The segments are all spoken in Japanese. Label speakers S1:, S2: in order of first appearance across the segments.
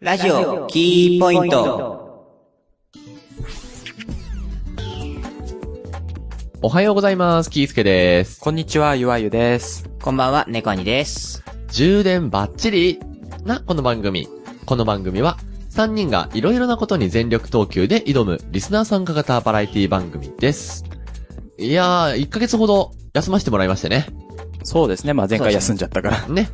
S1: ラジオキーポイント。
S2: おはようございます。キースケです。
S3: こんにちは、ゆわゆです。
S1: こんばんは、猫兄です。
S2: 充電バッチリな、この番組。この番組は、3人がいろいろなことに全力投球で挑むリスナー参加型バラエティ番組です。いやー、1ヶ月ほど休ませてもらいましてね。
S3: そうですね。まあ前回休んじゃったから。
S2: ね。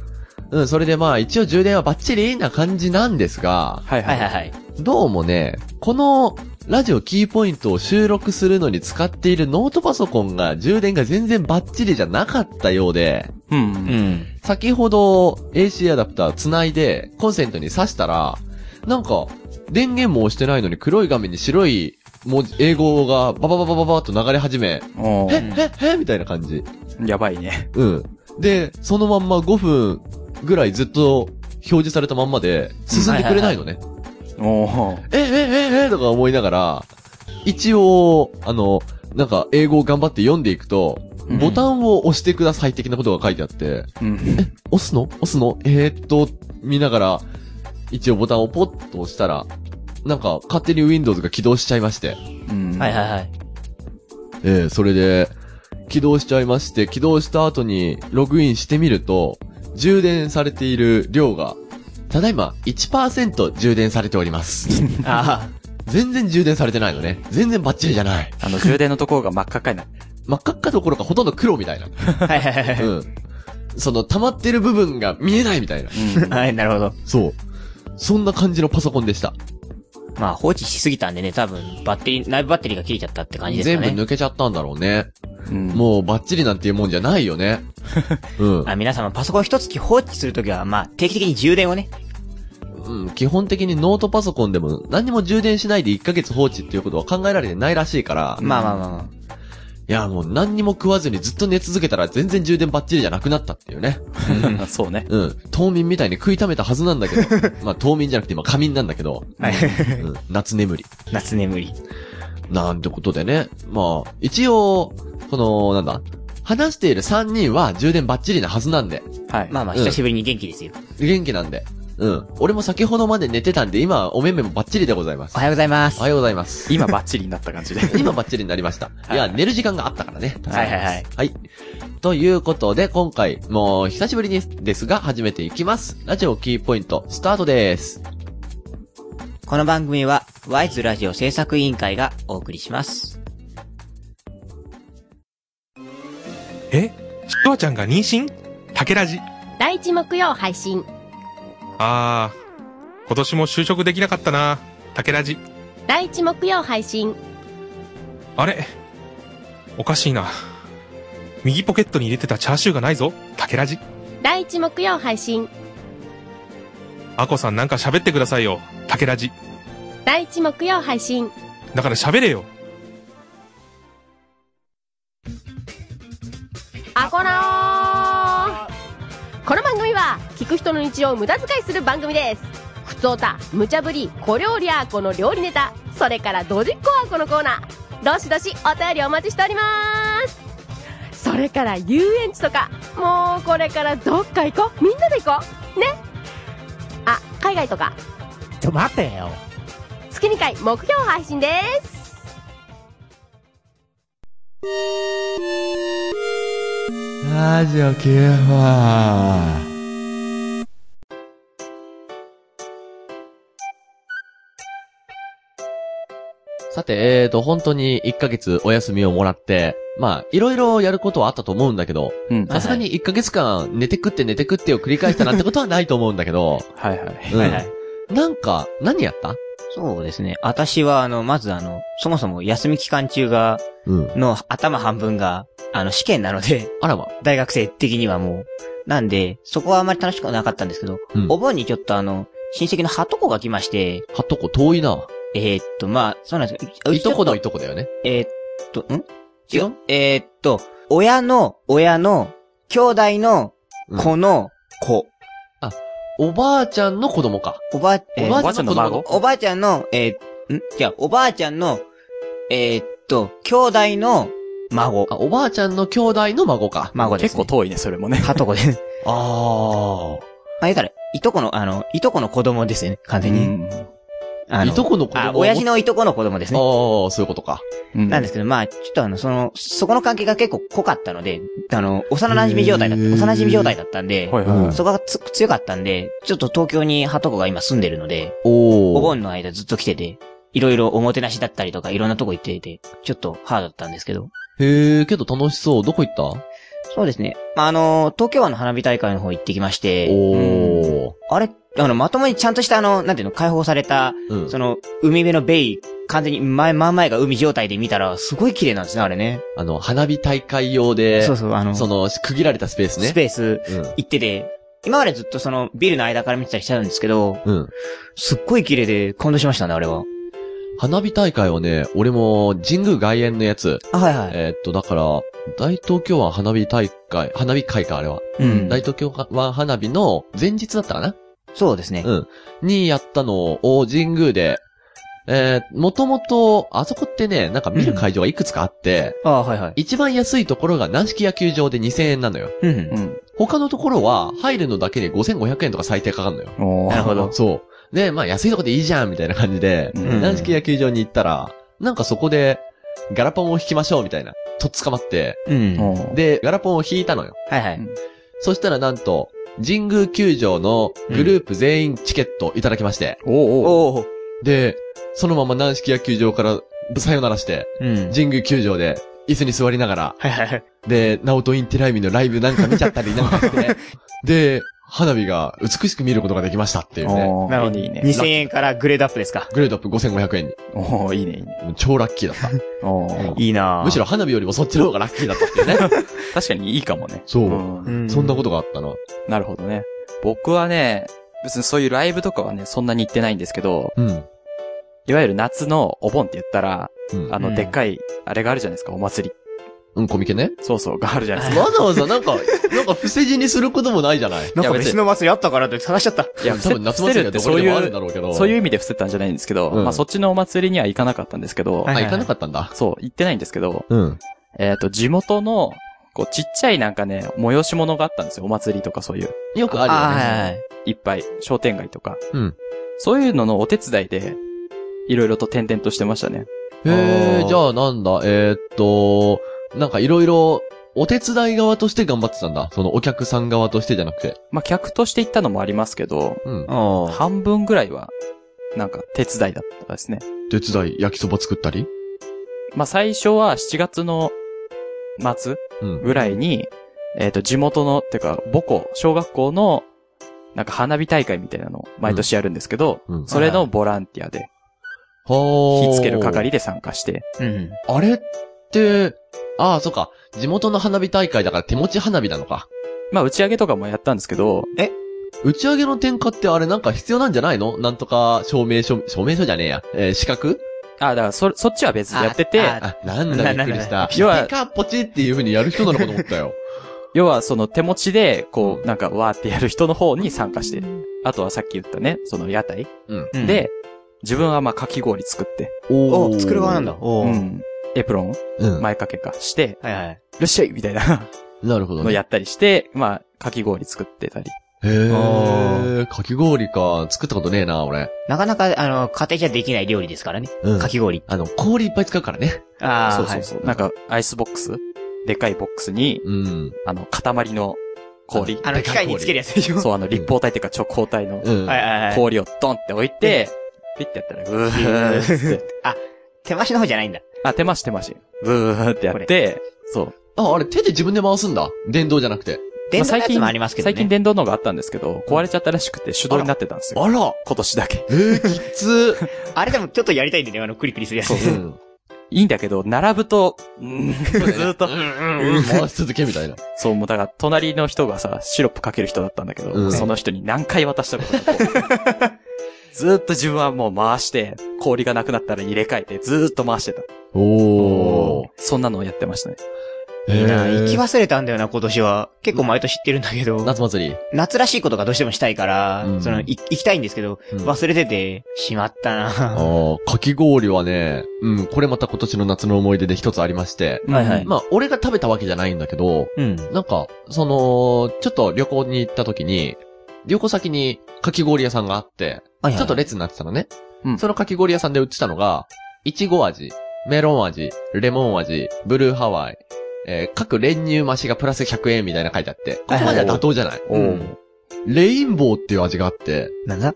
S2: うん、それでまあ一応充電はバッチリな感じなんですが、
S3: はい
S1: は
S3: はいい
S1: は
S3: はいい。
S1: はい。
S2: どうもね、このラジオキーポイントを収録するのに使っているノートパソコンが充電が全然バッチリじゃなかったようで、
S3: うんう。
S1: うんん。
S2: 先ほど AC アダプター繋いでコンセントに挿したら、なんか電源も押してないのに黒い画面に白い文字、英語がババババババーっと流れ始め、
S3: お
S2: へ
S3: ー
S2: っへっへみたいな感じ。
S3: やばいね。
S2: うん。で、そのまんま5分ぐらいずっと表示されたまんまで進んでくれないのね。
S3: おー
S2: え、え、え、え、とか思いながら、一応、あの、なんか英語を頑張って読んでいくと、
S3: うん
S2: ボタンを押してください的なことが書いてあって、
S3: うん。
S2: 押すの押すのえー、っと、見ながら、一応ボタンをポッと押したら、なんか勝手に Windows が起動しちゃいまして。
S3: うん
S1: はいはいはい。
S2: えー、それで、起動しちゃいまして、起動した後にログインしてみると、充電されている量が、ただいま1%充電されております。
S1: あ
S2: 全然充電されてないのね。全然バッチリじゃない。
S3: あの、充電のところが真っ赤っかいな。
S2: 真っ赤っかどころかほとんど黒みたいな。
S1: あ。 はいはいは
S2: うん。その溜まってる部分が見えないみたい
S1: い。
S2: な。
S1: はい、なるほど。
S2: そう。そんな感じのパソコンでした。
S1: まあ、放置しすぎたんでね、多分、バッテリー、内部バッテリーが切れちゃったって感じです
S2: 全
S1: か
S2: 部
S1: ね。
S2: 抜けちゃったんだろうね。
S3: うん。も
S2: もうバッチリなんていうもんじゃない よね。うん
S1: あ皆様、パソコン一月放置するときは、まあ、定期的に充電をね。
S2: うん。基本的にノートパソコンでも何も充電しないで1ヶ月放置っていうことは考えられてないらしいから。
S1: まあまあまあま
S2: いや、もう何にも食わずにずっと寝続けたら全然充電バッチリじゃなくなったっていうね。
S3: う、そうね。
S2: うん。冬眠みたいに食いためたはずなんだけ ど。まあ冬眠じゃなくて今仮眠なんだけど。
S1: あ。はい。
S2: うん。夏眠り。
S1: 夏眠り。
S2: なんてことでね。まあ、一応、この、なんだ話している3人は充電バッチリなはずなんで。
S3: はい。
S1: まあまあ、久しぶりに元気ですよ。
S2: 元気なんで。うん。俺も先ほどまで寝てたんで、今、お目目もバッチリでございます
S1: お。はようございます。
S2: おはようございます。
S3: 今バッチリになった感じで。
S2: 今バッチリになりました。いや、寝る時間があったからね。
S1: はいはいはい。
S2: はい。ということで、今回、もう、久しぶりにですが、始めていきます。ラジオキーポイント、スタートです。
S1: この番組は、ワイズラジオ制作委員会がお送りします。
S4: えちくわちゃんが妊娠たけらじ。
S5: 第一木曜配信
S4: あー、今年も就職できなかったな。たけらじ。
S5: 第一木曜配信
S4: あれおかしいな。右ポケットに入れてたチャーシューがないぞ。たけらじ。
S5: 第一木曜配信
S4: あこさんなんか喋ってくださいよ。たけらじ。
S5: 第一木曜配信
S4: だから喋れよ。
S5: アコラーこの番組は聞く人の日常を無駄遣いする番組ですふつおた無茶ぶり小料理アーコの料理ネタそれからドジっ子アーコのコーナーどしどしお便りお待ちしておりますそれから遊園地とかもうこれからどっか行こうみんなで行こうねあ海外とか
S6: ちょ、待てよ。
S5: 月2回目標配信です
S2: ラジオキーパー。さて、えーと、本当に1ヶ月お休みをもらって、まあ、いろいろやることはあったと思うんだけど、
S3: うん。
S2: さすがに1ヶ月間寝て食って寝て食ってを繰り返したなんてことはないと思うんだけど、
S3: はいはい。
S2: うん
S1: はいはい。
S2: なんか、何やった
S1: そうですね。私は、あの、まずあの、そもそも休み期間中が、
S2: うん。
S1: の頭半分が、あの、試験なので、
S2: あらま。
S1: 大学生的にはもう。なんで、そこはあまり楽しくはなかったんですけど、
S2: うん
S1: お盆にちょっとあの、親戚のはとこが来まして、
S2: はっとこ遠いな。
S1: えー、っと、まあ、そうなんですよ。う
S2: いとこのい
S1: と。
S2: とこだよね。
S1: えー、っと、ん違うえー、っと、親の、親の、兄弟の、
S2: うん
S1: 子の、子。
S2: おばあちゃんの子供か。
S1: おばあ、えー
S2: おばあちゃんの
S3: おばあちゃん
S2: 孫
S3: の孫
S1: おばあちゃんの、えー、んじゃあ、おばあちゃんの、えー、っと、兄弟の、孫。
S2: あ、おばあちゃんの兄弟の孫か。
S1: 孫です、
S3: 結
S1: ね。
S3: 構遠いね、それもね。
S1: はとこです。
S2: あー。
S1: まあ、言うたら、いとこの、あの、いとこの子供ですよね、完全に。あの、
S2: いとこの子供
S1: あ、親父のいとこの子供です
S2: ああ
S1: ね。、
S2: そういうことか。
S3: うん
S1: なんですけど、まあ、ちょっとあの、その、そこの関係が結構濃かったので、あの、幼馴染み状態だった、
S3: へー
S1: 幼馴染み状態だったんで、
S3: はいはいはい。
S1: そこがつ強かったんで、ちょっと東京にハトコが今住んでるので、
S2: お
S1: お
S2: お。
S1: 盆の間ずっと来てて、いろいろおもてなしだったりとか、いろんなとこ行ってて、ちょっとハードだったんですけど。
S2: へえ、けど楽しそう。どこ行った
S1: そうですね。まあ、あの、東京湾の花火大会の方行ってきまして、
S2: おお。
S1: あれ、あの、まともにちゃんとしたあの、なんていうの、解放された、
S2: うん
S1: そ。の、海辺のベイ、完全に前、真ん前が海状態で見たら、すごい綺麗なんですね、あれね。
S2: あの、花火大会用で、
S1: そうそう、あの、
S2: その、区切られたスペースね。
S1: スペース
S2: ー
S1: 行ってて、今までずっとその、ビルの間から見てたりしたんですけど、
S2: うん。うん。
S1: すっごい綺麗で感動しましたね、あれは。
S2: 花火大会はね、俺も、神宮外苑のやつ。
S1: あ、はいはい。
S2: えーっと、だから、大東京湾花火大会、花火会か、あれは。
S1: うん。
S2: 大東京湾花火の前日だったかな
S1: そうですね。
S2: うん。にやったのを神宮で、えー、もともと、あそこってね、なんか見る会場がいくつかあって、
S1: あはいはい。
S2: 一番安いところが軟式野球場で2000円なのよ。
S1: うん
S3: う。ん。
S2: 他のところは、入るのだけで5500円とか最低かかるのよ。
S3: おー
S1: なるほど。
S2: そう。で、まあ安いとこでいいじゃん、みたいな感じで、
S3: うん
S2: 軟式野球場に行ったら、なんかそこで、ガラポンを引きましょう、みたいな。とっ捕まって、
S1: うん。は
S3: おー
S2: で、ガラポンを引いたのよ。
S1: いはい。
S2: そしたらなんと、神宮球場のグループ全員チケットいただきまして、
S3: おーおー
S1: おお。
S2: で、そのまま軟式野球場から、さよならして、
S1: うん。
S2: 神宮球場で、椅子に座りながら、
S1: はいはいはい。
S2: で、ナオトインティライミのライブなんか見ちゃったりなんかして、で、花火が美しく見ることができましたっていうね。
S3: おー
S1: なるほど
S3: いいね。
S1: 2000円からグレードアップですか。
S2: グレードアップ5500円に。
S3: おーいいね、いいね。
S2: 超ラッキーだった。
S3: お
S2: うん
S3: ー
S1: いいなぁ
S2: むしろ花火よりもそっちの方がラッキーだったっていうね。
S3: 確かにいいかもね。
S2: そうう。
S3: ん
S2: そんなこと
S1: が。
S2: があったな。
S3: なるほどね。僕はね、別にそういうライブとかはね、そんなに行ってないんですけど、
S2: うん。
S3: いわゆる夏のお盆って言ったら、
S2: うん
S3: あ
S1: うん
S3: の、でっかい、あれがあるじゃないですか、お祭り。
S2: うん、コミケね。
S3: そうそう、があるじゃないですか。
S2: わざわざなんか、なんか不正字にすることもないじゃない。
S1: なんか
S3: いや別
S1: 別
S3: に
S1: の祭りあったからって探しちゃった。
S3: いや、
S2: 多分夏祭りだって
S3: 伏せ
S2: そ
S3: る
S2: う
S3: っ
S2: い
S3: てそう
S2: ある
S3: うん
S2: だろうけど。
S3: そういう
S2: う。
S3: 意味で伏せたんじゃないんですけど、
S2: うん
S3: まあそっちのお祭りには行かなかったんですけど、
S1: はい
S2: あ、行かなかったんだ。
S3: そう、行ってないんですけど、
S2: うん。
S3: えっ、と、地元の、こう、ちっちゃいなんかね、催し物があったんですよ、お祭りとかそういう。
S2: よくあるよね。
S1: はいはい。
S3: いっぱい、商店街とか。
S2: うん。
S3: そういうののお手伝いで、いろいろと転々としてましたね。
S2: へ
S1: あ
S2: え、
S1: ー
S2: じゃあなんだ、えーっと、なんかいろいろ、お手伝い側として頑張ってたんだ。そのお客さん側としてじゃなくて。
S3: まあ、客として行ったのもありますけど、
S2: うん。
S1: おー
S3: 半分ぐらいは、なんか手伝いだったですね。
S2: 手伝い、焼きそば作ったり
S3: まあ、最初は7月の末
S2: うん。
S3: ぐらいに、えっ、と、地元の、てか、母校、小学校の、なんか花火大会みたいなのを毎年やるんですけど、
S2: うん。
S3: それのボランティアで、
S2: は
S3: 火つける係で参加して、
S1: うん。
S2: あれって、ああ、そっか。地元の花火大会だから手持ち花火なのか。
S3: まあ、打ち上げとかもやったんですけど、
S2: 打ち上げの点火ってあれなんか必要なんじゃないのなんとか証明書、証明書じゃねえや。えー資格
S3: あ、だから、そ、そっちは別でやってて、
S1: あ
S2: あ、なんだびっくり した。
S3: 要は
S2: ピカポチっていう風にやる人なのかと思ったよ。
S3: 要はその手持ちで、こ
S2: うん
S3: う、なんか、わーってやる人の方に参加して、あとはさっき言ったね、その屋台。
S2: うん。
S1: うん、
S3: で、自分はまあ、かき氷作って、
S2: お
S1: おー作る側なんだ。。お
S3: う
S1: ー
S3: ん。エプロン、
S2: うん。
S3: 前掛けか、して、
S1: はいはい。
S3: いらっしゃいみたいな
S2: なるほど
S3: の
S2: ね。
S3: やったりして、まあ、かき氷作ってたり。
S2: へ
S1: あ
S2: ー、かき氷か。作ったことねえな、俺。
S1: なかなか、あの、家庭じゃできない料理ですからね。
S2: うん
S1: かき氷。
S2: あの、氷いっぱい使うからね。
S1: ああ、
S3: そうそうそう。なんか、アイスボックスでかいボックスに、
S2: うん。
S3: あの、塊の氷。
S1: はい。あの、機械につけるやつでしょ。
S3: そう、あの、立方体っていうか直方体の
S2: う ん。
S1: はいはいはい。
S3: 氷をドンって置いて、ピッてやったら、うーっつ って。
S1: 手回しの方じゃないんだ。
S3: あ、手回し手回し。うーってやって、そう。
S2: あ、あれ手で自分で回すんだ。電動じゃなくて。
S1: 電動の
S3: まあ最
S1: や
S3: 近
S1: つもありますけどね。
S3: 最近電動のがあったんですけど、壊れちゃったらしくて手動になってたんですよ。
S2: あら
S3: 今年だけ。
S2: えー、きっつー。
S1: あれでもちょっとやりたいんでね、あの、クリクリするやつ。
S2: うん。
S3: いいんだけど、並ぶと、うーんずーっと。
S2: うん回し続けみたいな。
S3: そう、もうだから、隣の人がさ、シロップかける人だったんだけど、
S2: うん
S3: その人に何回渡したことかこうずーっと自分はもう回して、氷がなくなったら入れ替えて、ずーっと回してた。
S2: おー。
S3: そんなのをやってましたね。
S1: いいな
S2: へー
S1: 行き忘れたんだよな、今年は。結構毎年知ってるんだけど。
S2: 夏祭り。
S1: 夏らしいことがどうしてもしたいから、
S2: うん
S1: その、い行きたいんですけど、
S2: うん
S1: 忘れてて、しまった
S2: あ
S1: な。
S2: ーかき氷はね、うん、これまた今年の夏の思い出で一つありまして。
S3: はいはい
S2: まあ、俺が食べたわけじゃないんだけど、
S1: うん。
S2: なんか、その、ちょっと旅行に行った時に、旅行先にかき氷屋さんがあって、
S6: はいはい
S2: ちょっと列になってたのね。
S3: うん
S2: そのかき氷屋さんで売ってたのが、いちご味、メロン味、レモン味、ブルーハワイ、えー各練乳増しがプラス100円みたいな書いてあって、ここまでは妥当じゃない、
S3: お
S6: う
S3: ー
S6: ん
S2: レインボーっていう味があって、
S6: なんだ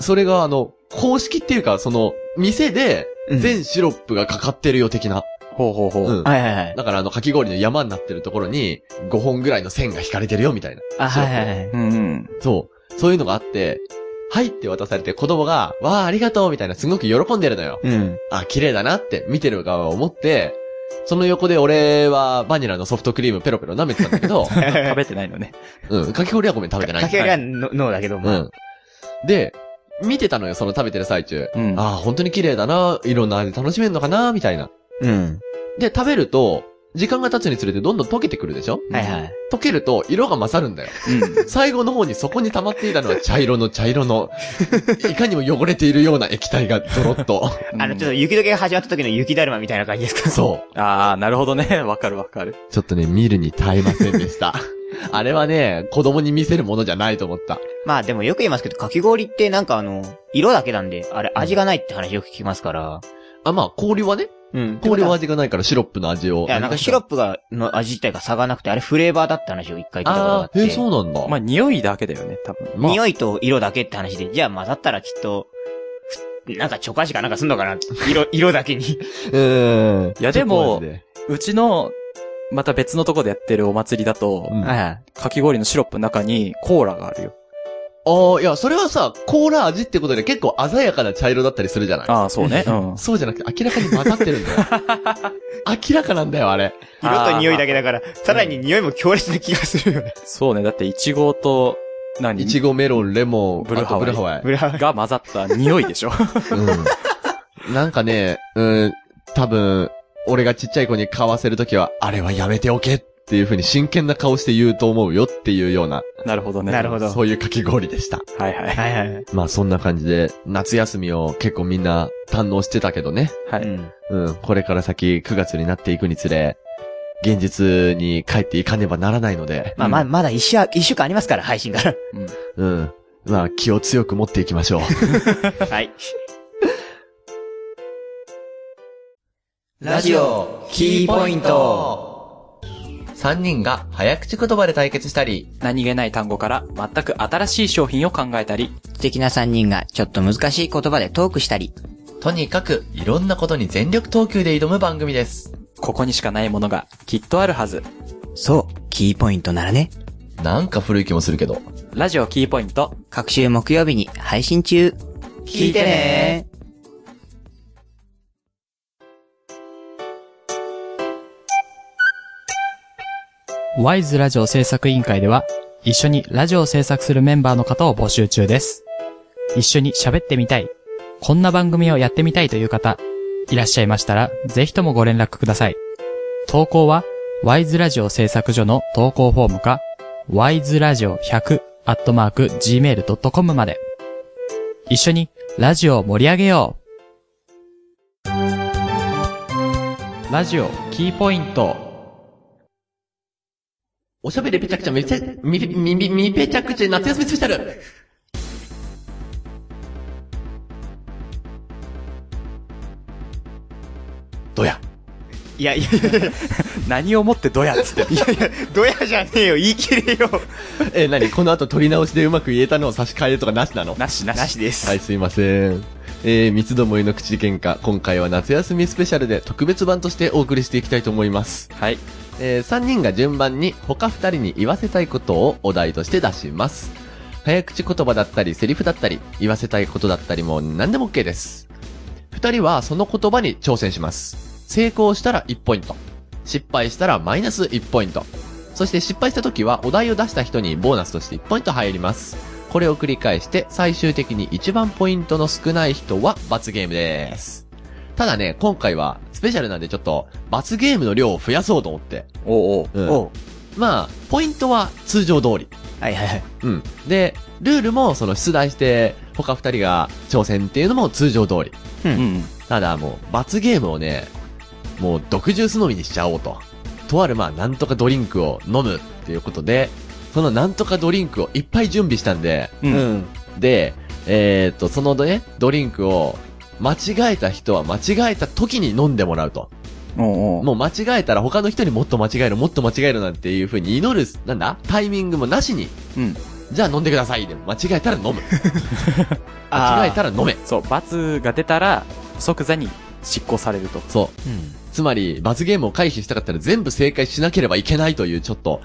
S2: それがあの、公式っていうか、その、店で、
S6: うん
S2: 全シロップがかかってるよ的な。
S3: ほうほうほう。
S2: うん。
S6: はいはいはい。
S2: だからあの、かき氷の山になってるところに、5本ぐらいの線が引かれてるよみたいな。
S6: あ、はいはいはい。
S3: うんうん。
S2: そう。そういうのがあって、はいって渡されて子供が、わあ、ありがとうみたいな、すごく喜んでるのよ。
S6: うん。
S2: あ、綺麗だなって見てる側は思って、その横で俺はバニラのソフトクリームペロペロ舐めてたんだけ ど、
S3: 食べてないのね。
S2: うん、かき氷はごめん食べてない。
S6: かけるはの脳だけども。
S2: うん。で、見てたのよ、その食べてる最中。
S3: うん。
S2: ああ、本当に綺麗だな、いろんな味楽しめるのかな、みたいな。
S6: うん。
S2: で、食べると、時間が経つにつれてどんどん溶けてくるでしょ
S6: はいはい。
S2: 溶けると色が勝るんだよ。
S3: うん。
S2: 最後の方にそこに溜まっていたの は茶色の茶色の、いかにも汚れているような液体がドロッ と。
S6: あの、ちょっと雪解けが始まった時の雪だるまみたいな感じですかう。
S2: そ
S3: ああ、なるほどね。 わかるわかる
S2: う。。ちょっとね、見るに耐えませんで した。あれはね、子供に見せるものじゃないと思った。
S6: まあでもよく言いますけど、かき氷ってなんかあの、色だけなんで、あれ味がないって話よく聞きますから。
S2: あ、まあ、氷はね、
S6: うん
S2: 氷は味がないからシロップの味を。
S6: いや、なんかシロッ
S2: プ
S6: プが、の味自体が差がなくて、あれフレーバーだって話を一回聞いたことがあ
S2: あ
S6: っ
S2: あ、
S6: て。
S2: えー、そうなんだ。
S3: まあ、匂いだけだよね、多分。
S2: まあ
S6: 匂いと色だけって話で、じゃあ混ざったらきっと、ふなんかチョコ味かなんかすんのかな 色、色だけに。
S2: うーん。
S3: いやでも
S2: ちょっとマジで
S3: うちの、また別のとこでやってるお祭りだと、
S2: うんあ
S6: はい。
S3: かき氷のシロップの中にコーラがあるよ。
S2: あ、いや、それはさ、コーラ味ってことで結構鮮やかな茶色だったりするじゃない
S3: ああ、そうね。うん。
S2: そうじゃなくて明らかに混ざって るんだよ。明らかなんだよ、あれ。
S6: 色と匂いだけだから、さらに匂いも強烈な気がするよね。
S3: そうね。だって、イチゴと、何
S2: いちご、メロン、レモン、
S3: ブルーハワイ
S2: あとブルーハワイ。
S6: ブラウン
S3: が混ざった匂いでしょ。
S2: うん。なんかね、うん、多分、俺がちっちゃい子に買わせるときは、あれはやめておけっていう風に真剣な顔して言うと思うよっていうような、
S3: なるほどね。
S6: なるほど
S2: そういうかき氷でした。
S3: ど。はいはい。
S6: はいはいはい。
S2: まあそんな感じで、夏休みを結構みんな堪能してたけどね。
S3: は
S6: う
S3: い。
S6: ん。
S2: うん、これから先9月になっていくにつれ、現実に帰っていかねばならないので、
S6: まあ、ま、まだ一週、一週間ありますから、配信から。
S2: うん。まあ気を強く持っていきましょう。
S6: はい。
S2: ラジオ、キーポイント。3人が早口言葉で対決したり、
S3: 何気ない単語から全く新しい商品を考えたり、
S6: 素敵な3人がちょっと難しい言葉でトークしたり。
S2: とにかくいろんなことに全力投球で挑む番組です。
S3: ここにしかないものがきっとあるはず。
S6: そう、キーポイントならね。
S2: なんか古い気もするけど。
S3: ラジオキーポイント。
S6: 各週木曜日に配信中。聞いてね
S7: ワイズラジオ制作委員会では、一緒にラジオを制作するメンバーの方を募集中です。一緒に喋ってみたい、こんな番組をやってみたいという方、いらっしゃいましたら、ぜひともご連絡ください。投稿は、ワイズラジオ制作所の投稿フォームか、ワイズラジオ100アットマーク gmail.com まで。一緒にラジオを盛り上げようラジオキーポイント
S2: おしゃべりぺちゃくちゃめちゃ、み、み、み、みぺちゃくちゃ夏休みスペシャルどうや
S6: いやいやいや、
S3: 何をもってどやっつって。
S6: ドヤじゃねえよ、言い切れよ。
S2: え、なにこの後取り直しでうまく言えたのを差し替えるとかなしなの
S3: なしなし。
S6: なしです。
S2: はい、すいません。えー、三つどもえの口喧嘩、今回は夏休みスペシャルで特別版としてお送りしていきたいと思います。
S3: はい。
S2: えー、3人が順番に他2人に言わせたいことをお題として出します。早口言葉だったり、セリフだったり、言わせたいことだったりも何でも OK です。2人はその言葉に挑戦します。成功したら1ポイント。失敗したらマイナス1ポイント。そして失敗した時はお題を出した人にボーナスとして1ポイント入ります。これを繰り返して最終的に一番ポイントの少ない人は罰ゲームです。ただね、今回はスペシャルなんでちょっと罰ゲームの量を増やそうと思って。
S3: おうおう。
S2: うん
S6: おう
S2: まあ、ポイントは通常通り。
S6: はいはいはい。
S2: うん。で、ルールもその出題して他二人が挑戦っていうのも通常通り。
S3: うん。
S2: ただもう罰ゲームをね、もう毒ジュース飲みにしちゃおうと。とあるまあなんとかドリンクを飲むっていうことで、このなんとかドリンクをいっぱい準備したんで、
S3: う。
S6: うんん。
S2: で、えーっと、そのね、ドリンクを、間違えた人は間違えた時に飲んでもらうと。
S3: おうおう
S2: もう間違えたら他の人にもっと間違える、もっと間違えるなんていう風に祈る、なんだタイミングもなしに、
S3: うん。
S2: じゃあ飲んでください。でも間違えたら 飲む。
S3: あー
S2: 間違えたら飲め。
S3: そう、罰が出たら、即座に執行されると。
S2: そう。
S7: うん。
S2: つまり、罰ゲームを回避したかったら全部正解しなければいけないという、ちょっと、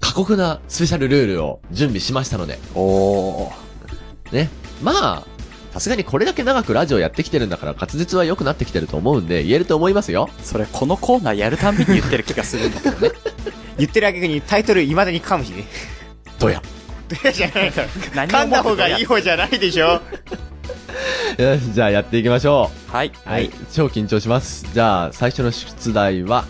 S2: 過酷なスペシャルルールを準備しましたので。
S3: おー。
S2: ね。まあ、さすがにこれだけ長くラジオやってきてるんだから、滑舌は良くなってきてると思うんで、言えると思いますよ。
S3: それ、このコーナーやるたんびに言ってる気がするんだけどね。
S1: 言ってる挙句にタイトル未だに噛むしね。
S2: どうや。
S1: じゃないから
S3: 何
S1: 噛んだ方がいい
S3: よ。
S1: 方じゃないでしょ。
S2: よ しじゃあやっていきましょ
S3: はい。
S2: う。はい。超緊張します。じゃあ、最初の出題は、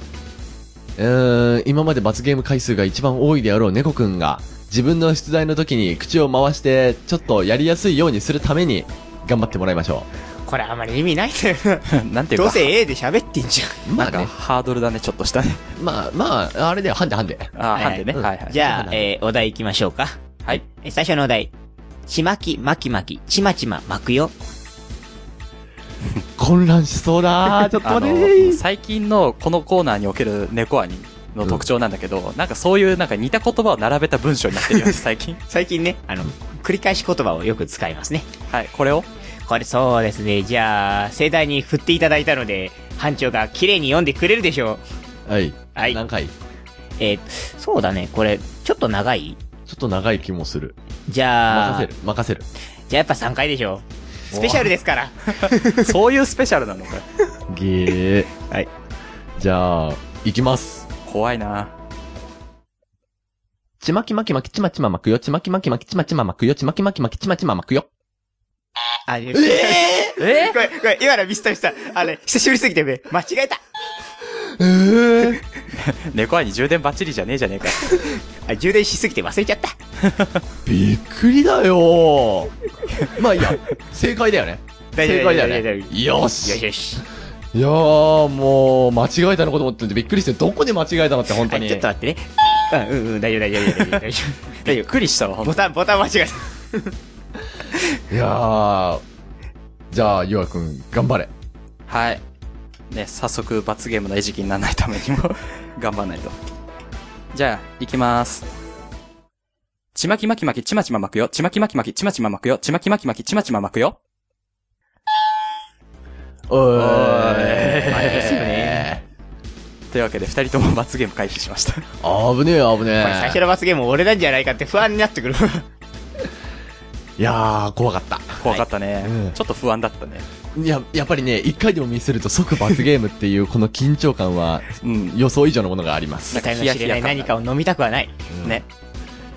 S2: うーん、今まで罰ゲーム回数が一番多いであろう猫くんが、自分の出題の時に口を回して、ちょっとやりやすいようにするために、頑張ってもらいましょ
S1: これあんまり意味ないんだよな。
S3: なんていう
S1: どう
S3: か、
S1: せ A で喋ってんじゃ
S2: う。ま
S3: な
S2: あ
S3: んか、
S2: ね、
S3: ハードルだね、ちょっとしたね。
S2: まあまあ、あれだよ、ハンデハンデ。
S3: あー、
S1: はい
S3: ハンデね。
S2: うん
S3: はいは
S1: ん。
S3: い。
S1: じゃあ、えー、お題行きましょうか。
S3: はい。
S1: え最初のお題。ちまき、まきまき、ちまちま、巻くよ。
S2: 混乱しそう だー。ちょっと
S3: あ
S2: 待っ
S3: の、
S2: て
S3: 最近のこのコーナーにおける猫アニの特徴なんだけど、なんかそういうなんか似た言葉を並べた文章になってるよね、最近。
S1: 最近ね、あの、繰り返し言葉をよく使いますね。
S3: はい、これを
S1: これそうですね。じゃあ、盛大に振っていただいたので、班長が綺麗に読んでくれるでしょう。
S2: はい。
S1: はい
S2: 何回ち
S1: えーそうだね。これ、ちょっと長い
S2: ょっと長い気もする。
S1: じゃ
S2: 任
S1: あ
S2: せ、る、任せる。
S1: じゃあやっぱ3回でしょ。スペシャルですから。
S3: そういうスペシャルなのかよ
S2: げー。
S1: はい。
S2: じゃあ、いきます。
S3: 怖いな
S2: ちまきまきまきちまちままくよ、ちまきまきまきちまちままくよ、ちまきまきまきちまちままくよ。
S1: あ、ええ
S3: え
S1: これ、これ、今のミスタミスタ、あれ、久しぶりすぎてね、間違えた。
S3: 猫愛に充電バッチリじゃねえじゃねえか。
S1: あ、充電しすぎて忘れちゃった。
S2: びっくりだよ ー。まあいいや、正解だよね。
S1: 大丈夫
S2: 正解だよ
S1: 大丈夫大
S2: ね
S1: 丈。夫
S2: よ
S1: よし
S2: し。
S1: よし。
S2: いやー、もう、間違えたのかと思っててびっくりして、どこで間違えたのって本当
S1: はい、
S2: に。
S1: ちょっと待ってね。あうんうん、大丈夫大丈夫大丈夫大丈夫。大
S3: び
S1: 丈
S3: っくりしたわ、ほ
S1: 夫。ボ
S3: んと
S1: タン、ボタン間違えた。
S2: いやー。じゃあ、ゆあくん、頑張れ。
S3: はい。ね、早速罰ゲームの餌食にならないためにも 頑張らないと。じゃあ、行きます。ちまきまきまき、ちまちま巻くよ。ちまきまきまき、ちまちま巻くよ。ちまきまきまき、ちまちま巻くよ。
S2: おーい。
S3: まあですよ
S2: ね。
S3: というわけで、二人とも罰ゲーム回避しました。
S2: 危ねえ、
S1: こ
S2: 危ね
S1: れ最初
S2: え。
S1: の罰ゲーム俺なんじゃないかって不安になってくる。
S2: いやー、怖かった。
S3: 怖かったね、
S2: うん
S3: ちょっと不安だったね。
S2: いや、やっぱりね、一回でも見せると即罰ゲームっていう、この緊張感は、
S3: うん。
S2: 予想以上のものがあります。
S1: みたいな知れない何かを飲みたくはない。
S3: ね。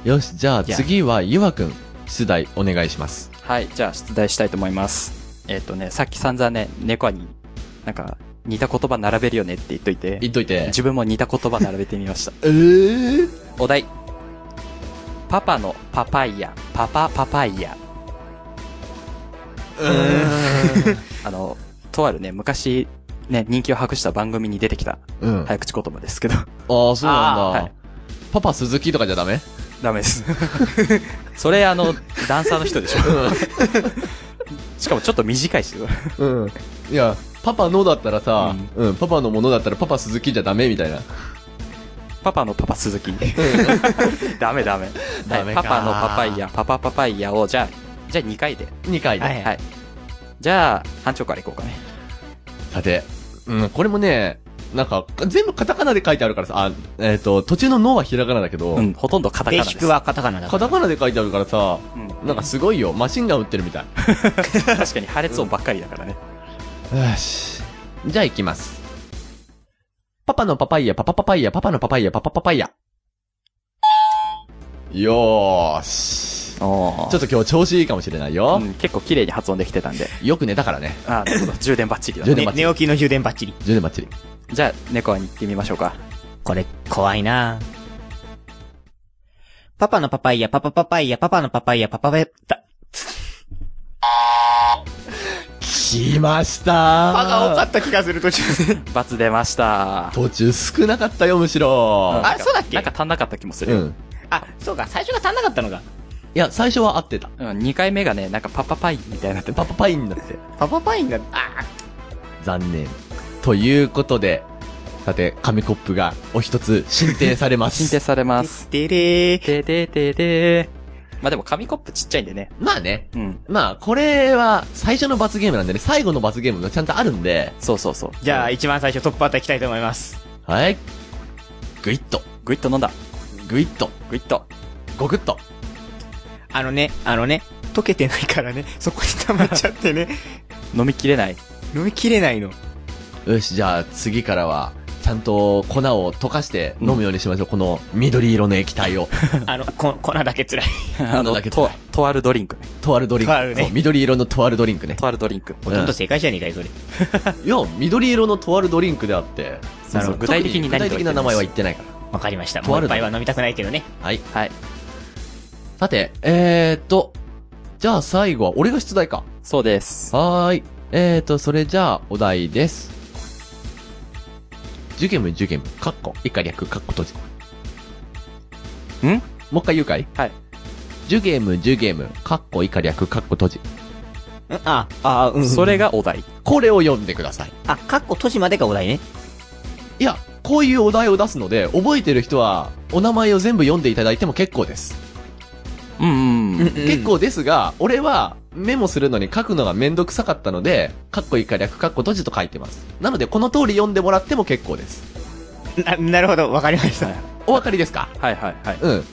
S2: よし、じゃあ次は、ゆあくん、出題お願いします。
S3: はい、じゃあ出題したいと思います。えっ、とね、さっき散々ね、猫アに、なんか、似た言葉並べるよねって言っといて、
S2: 言っといて。
S3: 自分も似た言葉並べてみました。
S2: えー、
S3: お題。パパのパパイヤ、パパパパイヤ。 あの、とあるね、昔、ね、人気を博した番組に出てきた
S2: うん。あ
S3: 早口言葉ですけど、
S2: あ、そうなんだ。
S3: はい
S2: パパ鈴木とかじゃダメ
S3: ダメです。 それ、あの、ダンサーの人でしょ。しかもちょっと短いし、
S2: うん。いや、パパのだったらさ、うん、パパのものだったらパパ鈴木じゃダメみた いな。
S3: パパのパパ鈴木。ダメダメ。
S2: ダメ
S3: は
S2: か
S3: い、パパのパパイヤ、パパパパイヤを、じゃあ、じゃあ2回で。
S2: 2回で。
S1: はい
S3: はい。じゃあ、班長からいこうかね。
S2: さて、うん、これもね、なんか、全部カタカナで書いてあるからさ、あ、えっ、と、途中の脳はひらがなだけど、
S3: うん、ほとんどカタカ
S1: ベ
S3: ナ
S1: ー
S3: です
S1: シッ。クはカタカナだか
S2: カ
S1: ら。
S2: タカナで書いてあるからさ、
S3: うん
S2: なんかすごいよ。マシンガン撃ってるみたい。
S3: 確かに破裂音ばっかりだからね。
S2: よし。じゃあ行きます。パパのパパイヤ、パパパパイヤ、パパのパパイヤ、パパパパイヤ。よーし。ち
S3: お
S2: ょっと今日調子いいかもしれないよ。
S3: うん、結構綺麗に発音できてたんで。
S2: よく寝たからね。
S3: あーなるほど。 充電バッチリだ
S2: 充
S3: ね。
S1: ね
S2: 電バッチ
S1: 寝
S2: リ。
S1: 起きの充電バッチリ。
S2: 充電バッチリ。
S3: じゃあ、猫に行ってみましょうか。
S1: これ、怖いなパパのパパイヤ、パパパパイヤ、パパのパパイヤ、パパパだ。
S2: 来まし
S1: パが多か
S2: た
S1: った気がする途中で。
S3: 罰出ました。
S2: 途中少なかったよ、むしろ。
S1: あれそうだっけ
S3: なんか足んなかった気もす
S2: う
S3: る。
S2: ん。
S1: あ、そうか、最初が足んなかったのか。
S2: いや、最初は合ってた。
S3: うん、2回目がね、なんかパパパイみたいになってた
S2: パ。パパインだって。
S1: パパパインだ。あ
S2: 残念。ということで、さて、紙コップがお一つ進呈されます。
S3: 進呈され
S1: あ、
S3: ます。
S1: てれー。
S3: ででででまあでも紙コップちっちゃいんでね。
S2: まあね。
S3: うん。
S2: まあ、これは最初の罰ゲームなんでね、最後の罰ゲームがちゃんとあるんで、
S3: そうそうそう。
S1: じゃあ、一番最初トップバッター行きたいと思います。
S2: はい。ぐいっと、
S3: グイッと飲んだ。
S2: ぐいっと、
S3: グイッと。
S2: ごぐっと。
S1: あのね、あのね、溶けてないからね、そこに溜まっちゃってね、
S3: 飲みきれない。
S1: 飲みきれないの。
S2: よし、じゃあ次からは、ちゃんと粉を溶かして飲むようにしましょう。この緑色の液体を。
S1: あの、こ、粉だけ辛い。
S3: あ
S2: なん
S3: の
S2: だっけ、
S3: と、とあるドリンクね。
S2: とあるドリン
S1: とある
S2: ク。
S1: ね
S2: そう緑色のとあるドリンクね。
S3: とあるドリンク。
S1: ほとんど正解じゃねえかよ、それ。
S2: いや、緑色のとあるドリンクであって。
S3: そうそう具体的に
S2: 具
S3: 何
S2: 体
S3: とは
S2: 的
S3: 言
S2: な
S3: って
S2: 名
S3: ま
S2: 前
S3: す
S2: は言ってないから。
S1: わかりました。
S2: と
S1: も
S2: あ
S1: う
S2: る
S1: 一杯は飲みたくないけどね。
S2: はい。
S3: はい。
S2: さて、えーっと、じゃあ最後は俺が出題か。
S3: そうです。
S2: はーい。えーと、それじゃあ、お題です。ジュゲム、ジュゲム、カッコ、以下略、カッコ閉じ。
S3: ん
S2: もう一回言うかい
S3: はい。
S2: ジュゲム、ジュゲム、カッコ、以下略、カッコ閉じ。
S6: うんあ、あ、うん。
S3: それがお題。
S2: これを読んでください。
S6: あ、かっこ都市までがお題ね。
S2: いや、こういうお題を出すので、覚えてる人は、お名前を全部読んでいただいても結構です。
S3: うんうん。
S2: 結構ですが、俺は、メモするのに書くのがめんどくさかったので、カッコ以下略、カッコ閉じと書いてます。なので、この通り読んでもらっても結構です。
S1: な、なるほど、わかりました。
S2: お分かりですか
S3: はいはいはい。
S2: うん。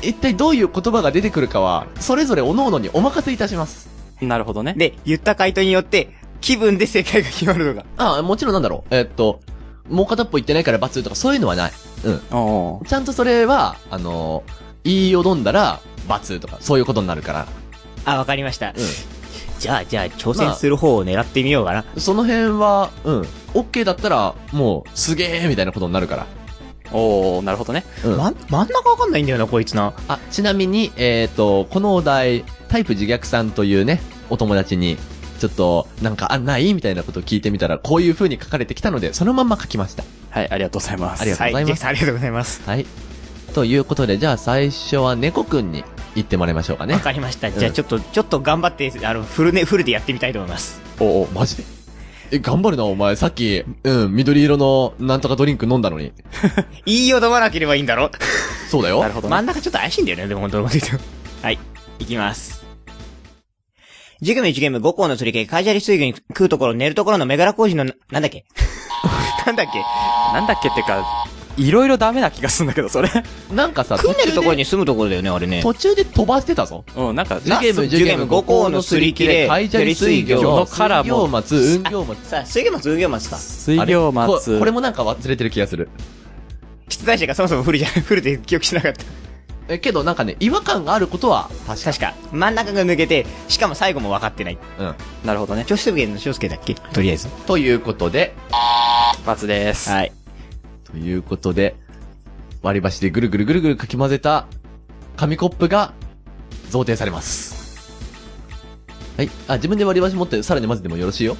S2: 一体どういう言葉が出てくるかは、それぞれ各々にお任せいたします。
S3: なるほどね。
S1: で、言った回答によって、気分で正解が決まるのか。
S2: ああ、もちろんなんだろう。えーっと、もう片っぽ言ってないから罰とかそういうのはない。
S3: おー
S2: ちゃんとそれは、あのー言いよどんだら、罰とか、そういうことになるから。
S1: あ、わかりました。じゃあ、じゃあ、挑
S2: ま
S1: 戦
S2: あ
S1: する方を狙ってみようかな。
S2: その辺は、うん。OK だったら、もう、すげーみたいなことになるから。
S3: おーなるほどね。
S2: うん。
S1: ま、真ん中わかんないんだよな、こいつな。
S2: あ、ちなみに、えっ、と、このお題、タイプ自虐さんというね、お友達に、ちょっと、なんか、あ、ないみたいなことを聞いてみたら、こういう風に書かれてきたので、そのまんま書きました。
S3: はい、ありがとうございます。
S2: ありがとうございます
S1: はありがとうございます。
S2: はい。ということで、じゃあ最初は猫くんに言ってもらいましょうか
S1: わ
S2: ね。
S1: かりました。
S2: ん
S1: じゃあ、ちょっと、ちょっと頑張って、あの、フルね、フルでやってみたいと思います。
S2: おお、マジで。え、頑張るな、お前。さっき、うん、緑色のなんとかドリンク飲んだのに。
S1: 言いよどまなければいいんだろ
S2: そうだよ。
S3: なるほどね
S1: 真ん中ちょっと怪しいんだよね、でも本当のこと言うと。はい、いきます。ジュゲムジュゲム5校の釣り系、カジャリ水魚に食うところ、寝るところのメガラ工事のな、なんだっけ なんだっけ
S3: なんだっけってか、いろいろダメな気がするんだけど、それ。
S2: なんかさ、
S1: 食う寝るところ
S2: で、
S1: に住むところだよね、あれね。
S2: 途中で飛ばしてたぞ。
S3: うん、なんか、
S2: ジュゲム、ジュゲム、五行のすり切れ、海砂利水魚の
S3: カラーも
S2: 水行松、運行松。
S1: さあ、水魚松、運魚松か。
S3: 水
S2: あれ
S3: 量
S2: こ
S3: 松。
S2: これもなんか忘れてる気がする。
S1: 出題者がそもそもフルじゃ、フルで記憶しなかった。
S2: え、けどなんかね、違和感があることは、確か
S1: 確か、真ん中が抜けて、しかも最後も分かってない。
S2: うん。
S3: なるほどね。
S1: 女子ゲの翔介だっけとりあえず。
S2: ということで、
S3: 罰です。
S1: はい。
S2: ということで、割り箸でぐるぐるぐるぐるかき混ぜた紙コップが贈呈されます。はい。あ、自分で割り箸持ってさらに混ぜてもよろしいよ。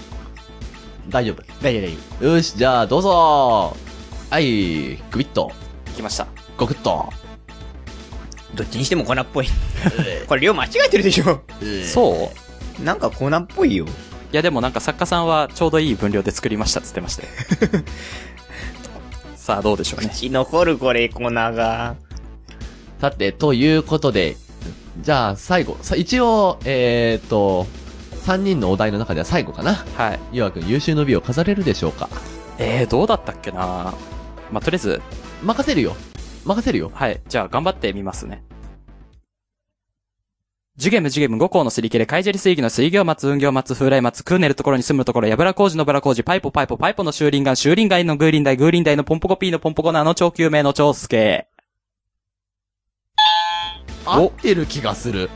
S2: 大丈夫。
S1: 大丈夫、大丈
S2: よし、じゃあどうぞはい、グビッと、
S3: 来ました。
S2: ゴクッと。
S1: 夫。どっちにしても粉っ ぽい。これ量間違えてるでしょ。
S3: そう
S1: なんか粉っぽいよ。
S3: いやでもなんか作家さんはちょうどいい分量で作りましたっつってましたよさあどうでしょうね。
S1: 口残るこれ、粉が。
S2: さて、ということで、じゃあ最後、さ一応、えーと、3人のお題の中では最後かな。
S3: はい。
S2: ゆわくん優秀の美を飾れるでしょうか
S3: えー、どうだったっけなまあ、とりあえず、
S2: 任せるよ。任せるよ。
S3: はい。じゃあ頑張ってみますね。ジュゲムジュゲム五行のすり切れ、カイジェリ水魚の水魚松、運行松、風来松、クーネルところに住むところ、やぶら工事のぶら工事、パイポパイポパイポの修林岩、修林街のグ林台、グ林台のポンポコピーのポンポコのあの超救命の超助。
S2: 合ってる気がする。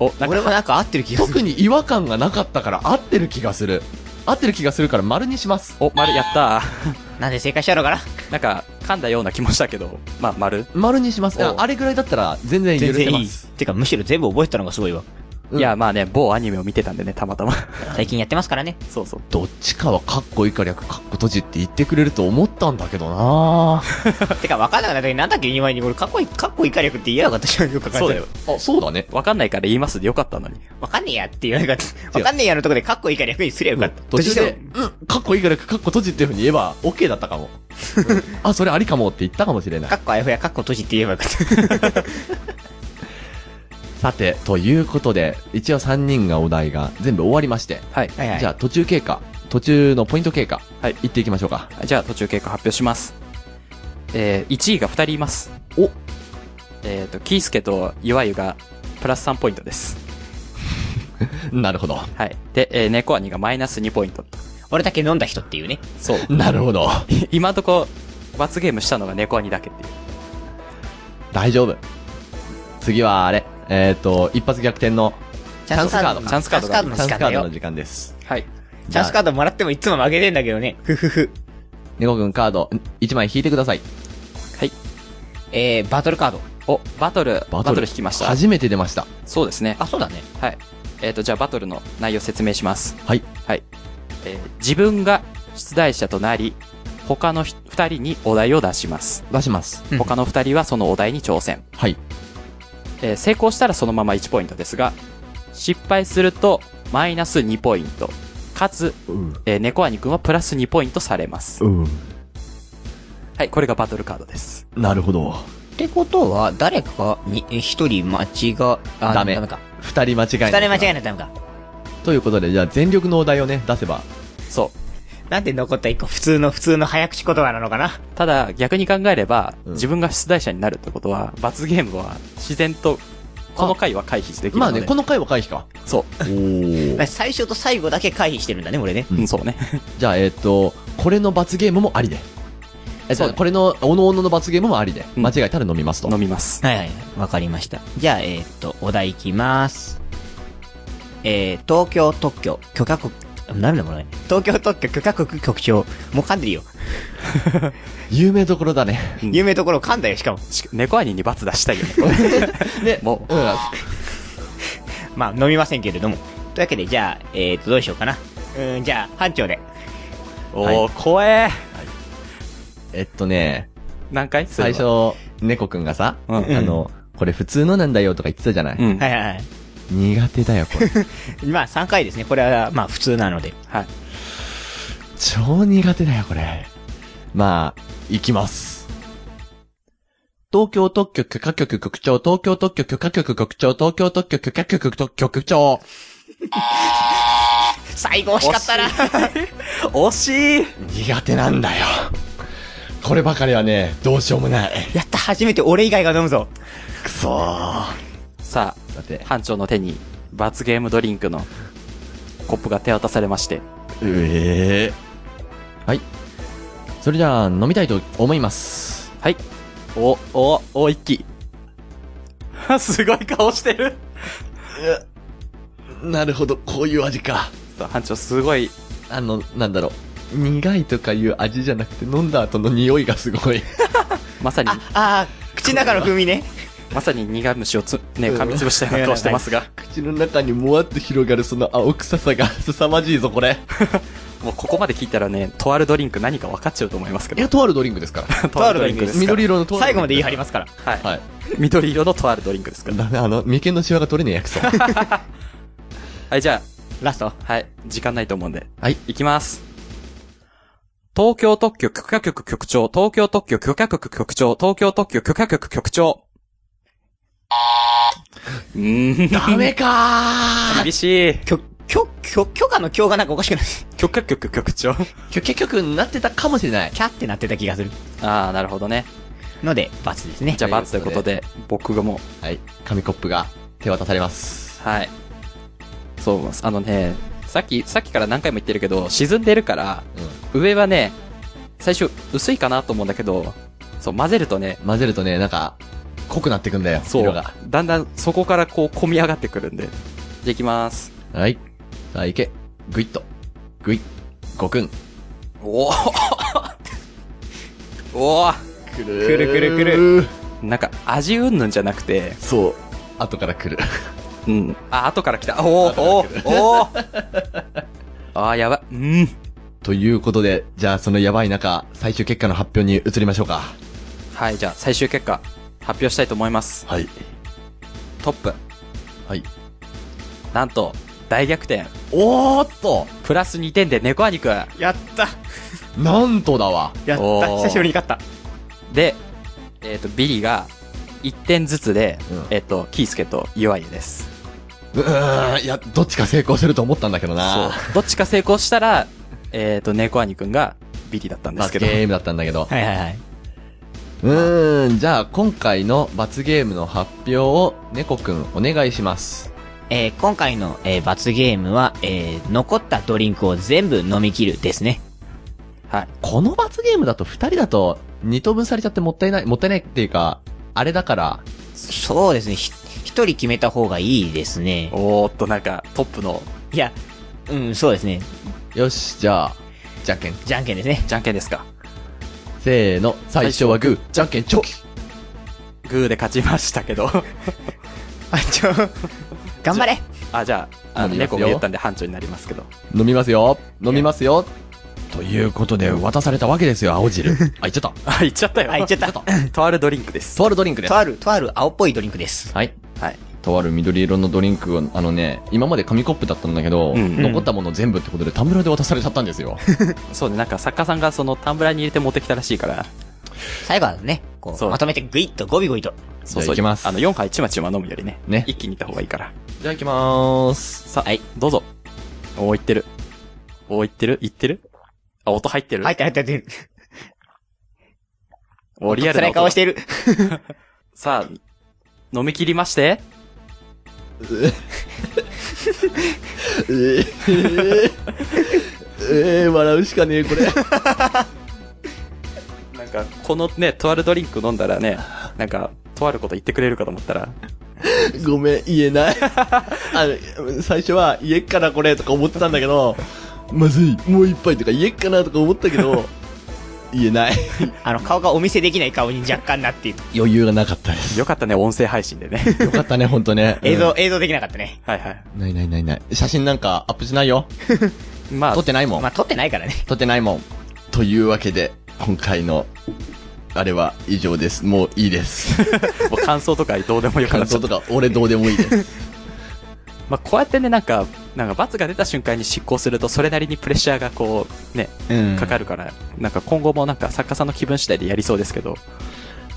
S3: お、なん
S1: 俺
S3: か、
S1: もなんか合ってる気がする。
S2: 特に違和感がなかったから合ってる気がする。合ってる気がするから丸にします。
S3: お、丸、やった
S1: なんで正解したのかな
S3: ー。なんか、噛んだような気もしたけど、まあ、丸。
S2: 丸にします。
S3: お
S2: ああれぐらいだったら全然許せます。
S1: てか、むしろ全部覚えてたのがすごいわ。
S2: うん
S3: いや、まあね、某アニメを見てたんでね、たまたま。
S1: 最近やってますからね。
S3: そうそう。
S2: どっちかはカッコ以下略カッコ閉じって言ってくれると思ったんだけどな
S1: てか、わかんなくなった時なんだっけ言う前に、俺、かっこいい、かっこいい火力って言えばよかったじゃん、よく考えたら
S3: そうだよ。。
S2: あ、そうだね。
S3: わかんないから言いますでよかったのに。
S1: わかんねえやって言わなかった。わかんねえやのとこで、かっこいい火力にすりゃよかった。
S2: 途中で、うん、カッコ以下略カッコ閉じっていうふうに言えば OK だったかも。あ、それありかもって言ったかもしれない
S1: か。っこあやふや、かっこ閉じって言えばよかった。
S2: さて、ということで、一応3人がお題が全部終わりまして、
S3: はい。
S1: はいはい。
S2: じゃあ途中経過、途中のポイント経過、
S3: はい
S2: 行っていきましょうか。
S3: じゃあ途中経過発表します。えー、1位が2人います。
S2: お
S3: えっ、と、キースケといわゆがプラス3ポイントです。
S2: なるほど。
S3: はい。で、えー、猫兄がマイナス2ポイント。
S1: 俺だけ飲んだ人っていうね。
S3: そう。
S2: なるほど。
S3: 今んとこ、罰ゲームしたのが猫兄だけっていう。
S2: 大丈夫。次はあれ、えっ、と、一発逆転のチャンスカード。
S1: チ
S3: チャ
S1: ャ
S3: ン
S1: ン
S3: ス
S1: ス
S3: カ
S1: カー
S3: ード
S1: ド
S3: が
S1: の
S2: チャ
S1: 時
S2: ンス
S1: 間
S2: カ
S1: だ
S2: ードの
S1: よ。
S2: 時間です。
S3: はい。
S1: チャンスカードもらってもいつも負けてんだけどね。ふふふ。
S2: 猫くんカード、1枚引いてください。
S1: えー、バトルカード。
S3: お、バトル、バトル引きました。
S2: 初めて出ました。
S3: そうですね。
S1: あ、そうだね。
S3: はい。えっ、と、じゃあバトルの内容説明します。
S2: はい。
S3: はい。えー自分が出題者となり、他のひ二人にお題を出します。
S2: 出します。
S1: うん
S3: 他の二人はそのお題に挑戦。
S2: はい。
S3: えー成功したらそのまま1ポイントですが、失敗するとマイナス2ポイント。かつ、
S2: うん。
S3: えー、猫兄くんはプラス2ポイントされます。はい、これがバトルカードです。
S2: なるほど。
S1: ってことは、誰かに、え一人間違が、あ
S2: ダメ
S1: ダメか。
S2: 二人間違い
S1: 二
S2: ない。
S1: 人間違えないダメか。
S2: ということで、じゃあ全力のお題をね、出せば。
S3: そう。
S1: なんで残った一個、普通の、普通の早口言葉なのかな
S3: ただ、逆に考えれば、
S2: うん
S3: 自分が出題者になるってことは、罰ゲームは自然と、この回は回避できるので。
S2: まあね、この回は回避か。
S3: そ
S2: おー
S1: 最初と最後だけ回避してるんだね、俺ね。
S3: う。うん、そうね。
S2: じゃあ、えっ、と、これの罰ゲームもありで。えっ
S3: そう
S2: と、
S3: ね
S2: これの、おのおのの罰ゲームもありで。
S3: うん
S2: 間違えたら飲みますと。
S3: 飲みます。
S1: はいはい。わかりました。じゃあ、えーっと、お題いきます。えー、東京特許許可国、なるんだこれ。東京特許許可国局長。もう噛んでるよ。
S2: 有名どころだ ね。
S3: うん
S1: 有名どころ噛んだよ、しかも。
S3: し猫兄に罰出したいよね。
S2: ね、
S3: も
S2: う、ん。
S1: まあ、飲みませんけれども。というわけで、じゃあ、えーっと、どうしようかな。うーん、じゃあ、班長で。
S3: おー、怖え。
S2: えっとね、
S3: 何回
S2: 最。
S3: それは
S2: 初、猫くんがさ、
S3: うん
S2: あの、これ普通のなんだよとか言ってたじゃない、
S3: うん。
S1: はいはいはい。
S2: 苦手だよ、これ。
S1: まあ、3回ですね。これは、まあ、普通なので。
S3: はい。
S2: 超苦手だよ、これ。まあ、行きます。東京特許許可局局長、東京特許許可局局長、東京特許許可局局局長。
S1: 最後惜しかったな。
S3: 惜しい
S2: 苦手なんだよ。こればかりはね、どうしようもない。
S1: やった、初めて俺以外が飲むぞ。
S2: くそー。
S3: さあ、
S2: さて、
S3: 班長の手に、罰ゲームドリンクのコップが手渡されまして、
S2: うえー。はい。それじゃあ、飲みたいと思います。
S3: はい。お、お、お、一気。 すごい顔してる。
S2: なるほど、こういう味か。
S3: さあ、班長すごい、
S2: あの、なんだろう。苦いとかいう味じゃなくて、飲んだ後の匂いがすごい。
S3: まさに、
S1: あー、口の中の風味ね。
S3: まさに苦虫をつ、ね、噛みつぶ したような顔してますが、
S2: 口の中にもわっと広がるその青臭さが 凄まじいぞ、これ。
S3: もうここまで聞いたらね、とあるドリンク何か分かっちゃうと思いますけ
S2: い
S3: ど
S2: や、、 とあるドリンクですから。
S3: とあるドリンクですから
S2: 緑色のとある
S1: 最後まで言い張りますから。
S3: はい。
S2: はい。
S3: 緑色のとあるドリンクですから。
S2: だね、あの、眉間のシワが取れねえやく そ。
S3: はい、じゃ
S1: ラスト。
S3: あ、はい、時間ないと思うんで。
S2: はい。
S3: いきます。東京特許許可局局長、東京特許許可局局長、東京特許許可局局長。うーん、
S2: ダメか
S3: 厳しい。
S1: 許、許、許、許可の許がなんかおかしくない。
S3: 許可局局長。
S2: ー結局、なってたかもしれない。
S1: キャってなってた気がする。
S3: ああ、なるほどね。
S1: ので、罰ですね。
S3: じゃあ、罰ということで、僕がもう、
S2: はい。紙コップが手渡されます。
S3: はい。そうなんです。あのね、さっき、さっきから何回も言ってるけど、沈んでるから、上はね、最初薄いかなと思うんだけど、そう、混ぜるとね、
S2: 混ぜるとね、なんか、濃くなってくんだよ。
S3: そう
S2: 色が。、
S3: だんだんそこからこう、込み上がってくるんで。じゃあ行きます。
S2: はい。さあ、いけ。ぐいっと。ぐい。ごくん。
S3: おお おお
S2: くる
S1: くるくるく
S2: る。
S3: なんか、味うんぬんじゃなくて、
S2: そう。後から来る。
S3: うん。あ、後から来た。おー、おー、おー。 あー、やばい。うん。
S2: ということで、じゃあそのやばい中、最終結果の発表に移りましょうか。
S3: はい、じゃあ、最終結果、発表したいと思います。
S2: はい。
S3: トップ。
S2: はい。
S3: なんと、大逆転。
S2: おーっと
S3: プラス2点で猫アニくん。
S1: やった
S2: なんとだわ
S1: やった
S3: おー
S1: 久しぶりに勝った
S3: で、えっ、と、ビリが、1点ずつで、
S2: うん
S3: えっ、と、キースケとユアユです。
S2: うーん、いや、どっちか成功すると思ったんだけどな。
S3: そう。どっちか成功したら、えっ、と、猫兄くんがビリだったんで
S2: 罰
S3: すけ
S2: ゲ
S3: ど。
S2: ームだったんだけど。
S1: はいはいはい。
S2: うーん、じゃあ今回の罰ゲームの発表を猫くんお願いします。
S1: えー今回の、えー罰ゲームは、えー残ったドリンクを全部飲み切るですね。
S2: この罰ゲームだと二人だと二等分されちゃってもったいない、もったいないっていうか、あれだから、
S1: そうですね。ひ一人決めた方がいいですね。
S3: おーっと、なんか、トップの
S1: いや、うん、そうですね。
S2: よし、じゃあ、じゃんけん。
S1: じゃんけんですね。
S3: じゃんけんですか。
S2: せーの、最初はグー、じゃんけんチョキ。
S3: グーで勝ちましたけど。
S1: あ、ちょ、頑張れ
S3: あ、じゃあ、あの、
S2: 飲みますよ
S3: 猫が言ったんで班長になりますけど。
S2: 飲みますよ、飲みますよ。ということで、渡されたわけですよ、青汁。 あ、いっちゃった。
S3: あ、言っちゃったよ。
S1: あ、いっちゃった。と
S3: とあるドリンクです。
S2: とあるドリンクです。
S1: ある、とある青っぽいドリンクです。
S2: はい。
S3: はい。
S2: とある緑色のドリンクを、あのね、今まで紙コップだったんだけど、
S3: うん
S2: 残ったもの全部ってことでタンブラーで渡されちゃったんです よ。
S3: そうね、なんか作家さんがそのタンブラーに入れて持ってきたらしいから。
S1: 最後はね、こ
S3: そう
S1: う、まとめてグイッとゴビゴビと。
S3: そう
S2: じゃ
S3: そ
S2: あ行
S3: う。
S2: きます
S3: あの、4杯ちまちま飲むよりね。
S2: ね
S3: 一気にいった方がいいから。
S2: じゃあ行きまーす。
S3: さあ、はい、どうぞ。おー、いってる。おー、いってるいってるあ、音入ってる
S1: 入って入って入って。
S3: おー、リアル
S1: 辛
S3: ない音だ
S1: 顔してる。
S3: さあ、飲み切りまして。
S2: えー、えー、笑うしかねえ、 これ。
S3: なんか、このね、とあるドリンク飲んだらね、なんか、とあること言ってくれるかと思ったら、
S2: ごめん、言えない。 あの、最初は、家っからこれとか思ってたんだけど、まずい、もう一杯とか家っかなとか思ったけ ど、言えない。
S1: あの、顔がお見せできない顔に若干なっている。
S2: 余裕がなかったです。
S3: よかったね、音声配信で ね。
S2: よかったね、ほんと ね。
S1: 映像、映像できなかったね。
S3: はいはい。
S2: うん。ないないないない。写真なんかアップしないよ。
S3: まあ
S2: 撮っ、てないもん
S1: まあ、。撮ってないからね。
S2: 撮ってないもん。というわけで、今回の、あれは以上です。もういいです。
S3: もう感想とかどうでもよか
S2: 感
S3: った
S2: 想。とか、俺どうでもいいです。
S3: まあ、こうやってね、なんか、なんか罰が出た瞬間に執行すると、それなりにプレッシャーがこう、ね、
S1: うん
S3: かかるから、なんか今後もなんか作家さんの気分次第でやりそうですけど、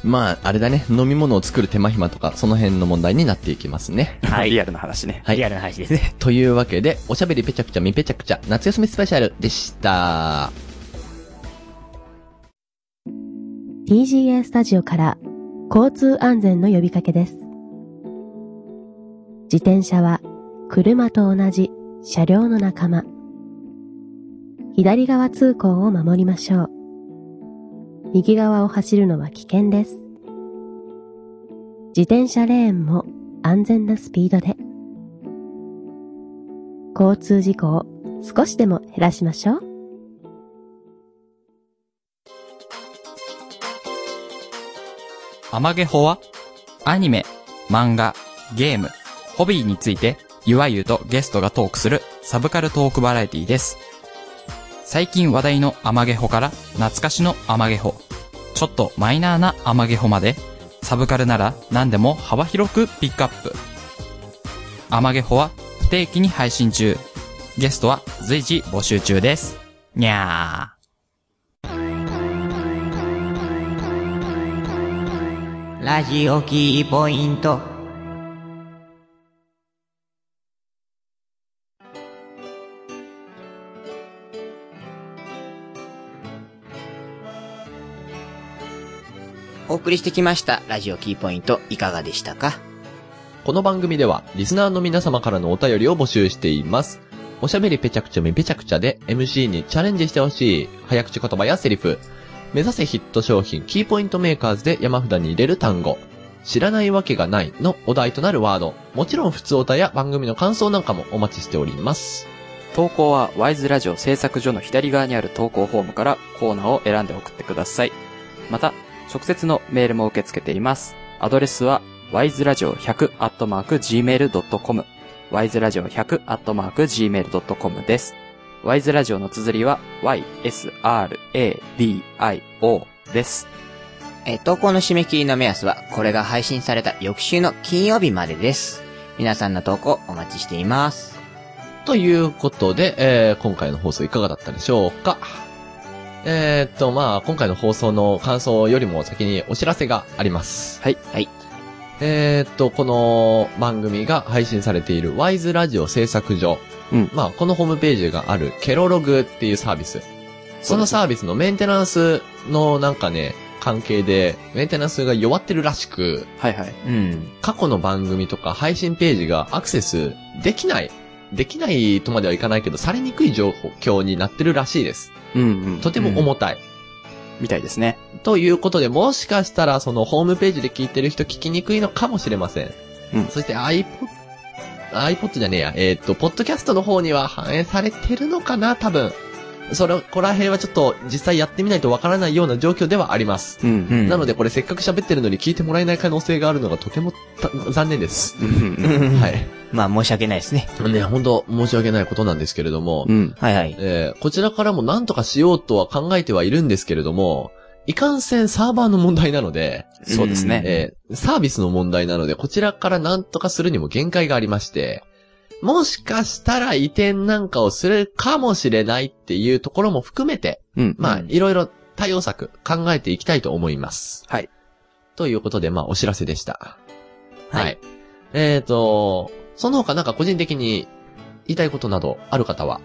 S2: まあ、あれだね。飲み物を作る手間暇とか、その辺の問題になっていきますね。
S1: はい
S3: リアルな話ね。
S2: はい
S1: リアルな話ですね。
S2: というわけで、おしゃべりぺちゃくちゃみぺちゃくちゃ夏休みスペシャルでした。
S8: TGA スタジオから交通安全の呼びかけです。自転車は車と同じ車両の仲間。左側通行を守りましょう。右側を走るのは危険です。自転車レーンも安全なスピードで。交通事故を少しでも減らしましょう。
S7: アマゲホはアニメ、漫画、ゲーム、ホビーについてゆわゆうとゲストがトークするサブカルトークバラエティです。最近話題のアマゲホから懐かしのアマゲホ、ちょっとマイナーなアマゲホまでサブカルなら何でも幅広くピックアップ。アマゲホは不定期に配信中。ゲストは随時募集中です。にゃー。
S1: ラジオキーポイント。お送りしてきました、ラジオキーポイント、いかがでしたか
S2: この番組では、リスナーの皆様からのお便りを募集しています。おしゃべりぺちゃくちゃめぺちゃくちゃで MC にチャレンジしてほしい早口言葉やセリフ。目指せヒット商品キーポイントメーカーズで山札に入れる単語。知らないわけがないのお題となるワード。もちろん普通お題や番組の感想なんかもお待ちしております。
S3: 投稿は、ワイズラジオ制作所の左側にある投稿フォームからコーナーを選んで送ってください。また、直接のメールも受け付けています。アドレスは、 wiseradio100-gmail.com wiseradio100-gmail.com です。wiseradio の綴りは ysradio です。
S1: えー投稿の締め切りの目安は、これが配信された翌週の金曜日までです。皆さんの投稿お待ちしています。
S2: ということで、えー今回の放送いかがだったでしょうかえーっと、まあ、今回の放送の感想よりも先にお知らせがあります。
S3: はい。
S1: はい。
S2: えーっと、この番組が配信されているワイズラジオ制作所。
S3: うん
S2: まあ、このホームページがあるケロログっていうサービス。そのサービスのメンテナンスのなんかね、関係で、メンテナンスが弱ってるらしく、
S3: はいはい。
S1: うん。
S2: 過去の番組とか配信ページがアクセスできない、できないとまではいかないけど、されにくい状況になってるらしいです。
S3: うんうん。
S2: とても重たい。
S3: みたいですね。
S2: ということで、もしかしたらそのホームページで聞いてる人聞きにくいのかもしれません。
S3: うん
S2: そして iPod、iPod じゃねえや、えーっと、ポッドキャストの方には反映されてるのかな、多分。それ、こら辺はちょっと実際やってみないとわからないような状況ではあります。
S3: うん
S1: う。ん。
S2: なのでこれせっかく喋ってるのに聞いてもらえない可能性があるのがとてもた残念です。
S3: うんうん
S1: うん、
S2: は
S1: はい。
S2: い。
S1: まあ、申し訳ないですね。
S2: ね、本当申し訳ないことなんですけれども、
S3: うん。
S1: はいはい。
S2: えーこちらからも何とかしようとは考えてはいるんですけれども、いかんせんサーバーの問題なので、
S3: そうですね。
S2: えーサービスの問題なので、こちらから何とかするにも限界がありまして、もしかしたら移転なんかをするかもしれないっていうところも含めて、
S3: うん。
S2: まあ、
S3: うん
S2: いろいろ対応策考えていきたいと思います。
S3: はい。
S2: ということで、まあ、お知らせでした。
S1: はい
S2: えっ、と、その他なんか個人的に言いたいことなどある方は、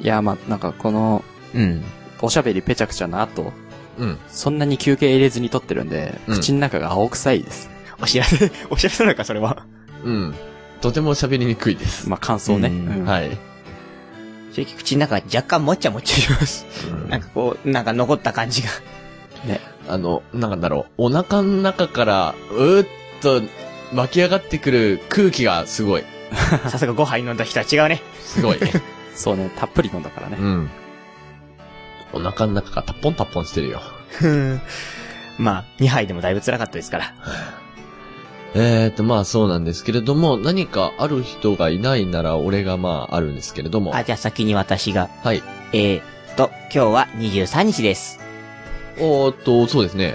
S3: いや、まあ、なんかこの、
S1: うん。
S3: おしゃべりぺちゃくちゃな後、
S2: うん。
S3: そんなに休憩入れずに撮ってるんで、
S2: うん
S3: 口の中が青臭いです。
S1: お知らせ、お知らせなのか、それは。
S2: うん。とても喋りにくいです。
S3: まあ、感想ね。
S1: うん
S3: うん
S2: はい。
S1: 正直、口の中若干もっちゃもっちゃします。なんかこう、なんか残った感じが。
S2: あの、なんかだろう、お腹の中から、うーっと湧き上がってくる空気がすごい。
S1: さすが5杯飲んだ人は違うね。
S2: す ごい。
S3: そうね、たっぷり飲んだからね。
S2: うん。お腹の中がタッポンタッポンしてるよ。
S1: ふーんまあ、2杯でもだいぶ辛かったですから。
S2: えーと、まあそうなんですけれども、何かある人がいないなら俺がまああるんですけれども。
S1: あ、じゃあ先に私が。
S2: はい。
S1: えー、っと、今日は23日です。
S2: おーっと、そうですね。